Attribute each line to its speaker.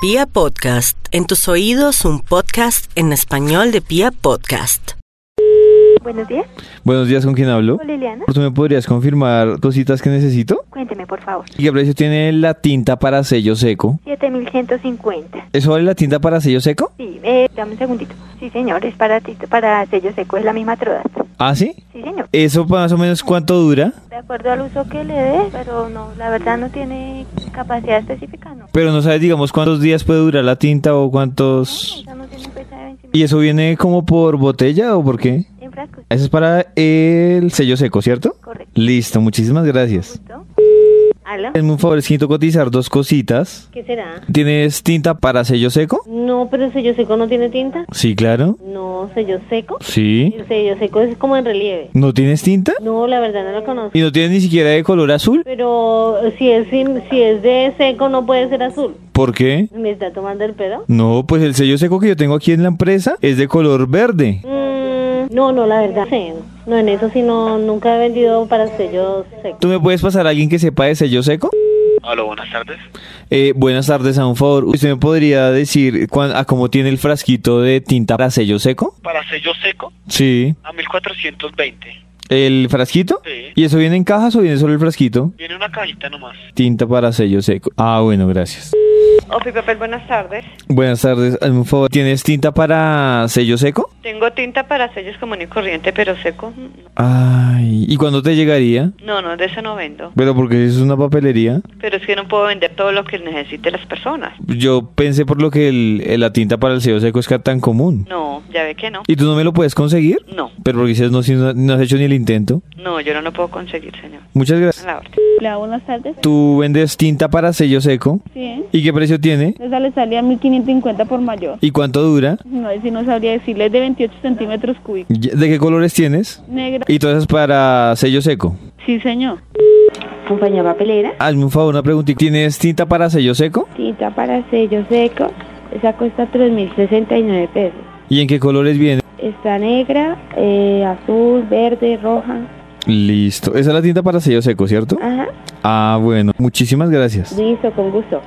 Speaker 1: Pia Podcast, en tus oídos un podcast en español de Pia Podcast.
Speaker 2: Buenos días,
Speaker 3: Buenos días, ¿con quién hablo?
Speaker 2: soy Liliana.
Speaker 3: ¿Tú me podrías confirmar cositas que necesito?
Speaker 2: Cuénteme, por favor.
Speaker 3: ¿Y qué precio tiene la tinta para sello seco?
Speaker 2: 7150.
Speaker 3: ¿Eso vale la tinta para sello seco?
Speaker 2: Sí, eh, dame un segundito. Sí, señor, es para ti, para sello seco, es la misma troda.
Speaker 3: ¿Ah, sí?
Speaker 2: Sí, señor.
Speaker 3: ¿Eso más o menos cuánto dura?
Speaker 2: De acuerdo al uso que le dé, pero no, la verdad no tiene capacidad específica, no.
Speaker 3: Pero no sabes, digamos, cuántos días puede durar la tinta o cuántos...
Speaker 2: Esa Ah, no tiene fecha de vencimiento.
Speaker 3: ¿Y eso viene como por botella o por qué?
Speaker 2: En frascos,
Speaker 3: Eso es para el sello seco, ¿cierto?
Speaker 2: correcto.
Speaker 3: Listo, muchísimas gracias.
Speaker 2: ¿Listo? ¿Aló?
Speaker 3: Hazme un favorecito cotizar dos cositas.
Speaker 4: ¿Qué será?
Speaker 3: ¿Tienes tinta para sello seco?
Speaker 4: No, pero el sello seco no tiene tinta.
Speaker 3: Sí, claro.
Speaker 4: No, sello seco.
Speaker 3: Sí.
Speaker 4: El sello seco es como en relieve.
Speaker 3: ¿No tienes tinta?
Speaker 4: No, la verdad no lo conozco.
Speaker 3: ¿Y no tienes ni siquiera de color azul?
Speaker 4: Pero si es, sin- si es de seco no puede ser azul.
Speaker 3: ¿Por qué?
Speaker 4: ¿Me está tomando el pedo?
Speaker 3: No, pues el sello seco que yo tengo aquí en la empresa es de color verde.
Speaker 4: Mm, no, no, la verdad. no sé. No, en eso sí no, nunca he vendido para sello seco.
Speaker 3: ¿Tú me puedes pasar a alguien que sepa de sello seco?
Speaker 5: Hola, buenas tardes.
Speaker 3: Eh, buenas tardes, a un favor. ¿Usted me podría decir cuán- a cómo tiene el frasquito de tinta para sello seco?
Speaker 5: Para sello seco,
Speaker 3: Sí.
Speaker 5: a 1420.
Speaker 3: ¿El frasquito?
Speaker 5: Sí.
Speaker 3: ¿Y eso viene en cajas o viene solo el frasquito?
Speaker 5: Viene una cajita nomás.
Speaker 3: Tinta para sello seco. Ah, bueno, gracias.
Speaker 6: Opi Papel, buenas tardes.
Speaker 3: Buenas tardes, hazme un favor. ¿Tienes tinta para sello seco?
Speaker 6: Tengo tinta para sellos común y corriente, pero seco. mm,
Speaker 3: Ay, ¿y cuándo te llegaría?
Speaker 6: No, no, de eso no vendo.
Speaker 3: Pero porque es una papelería.
Speaker 6: Pero es que no puedo vender todo lo que necesiten las personas.
Speaker 3: Yo pensé por lo que el- el- la tinta para el sello seco es ca- tan común.
Speaker 6: No, ya ve que no.
Speaker 3: ¿Y tú no me lo puedes conseguir?
Speaker 6: No,
Speaker 3: Pero porque dices, no, si no, no has hecho ni el intento.
Speaker 6: no, yo no lo puedo conseguir, señor.
Speaker 3: Muchas
Speaker 6: A
Speaker 3: gracias.
Speaker 6: la orden.
Speaker 7: Hola, buenas tardes.
Speaker 3: Tú vendes tinta para sello seco.
Speaker 7: Sí.
Speaker 3: ¿Y qué precio tiene?
Speaker 7: Esa le salía 1550 por mayor.
Speaker 3: ¿Y cuánto dura?
Speaker 7: No sé si no sabría decirle, es de 28 centímetros cúbicos.
Speaker 3: ¿Y- ¿De qué colores tienes?
Speaker 7: Negra.
Speaker 3: Y todo eso es para sello seco.
Speaker 7: Sí, señor.
Speaker 4: Compañía papelera.
Speaker 3: Hazme un favor, una pregunta. ¿Tienes tinta para sello seco?
Speaker 4: Tinta para sello seco. Esa cuesta 3.069 pesos.
Speaker 3: ¿Y en qué colores viene?
Speaker 4: Está negra, eh, azul, verde, roja.
Speaker 3: Listo. Esa es la tinta para sello seco, ¿cierto?
Speaker 4: Ajá.
Speaker 3: Ah, bueno. Muchísimas gracias.
Speaker 4: Listo, con gusto.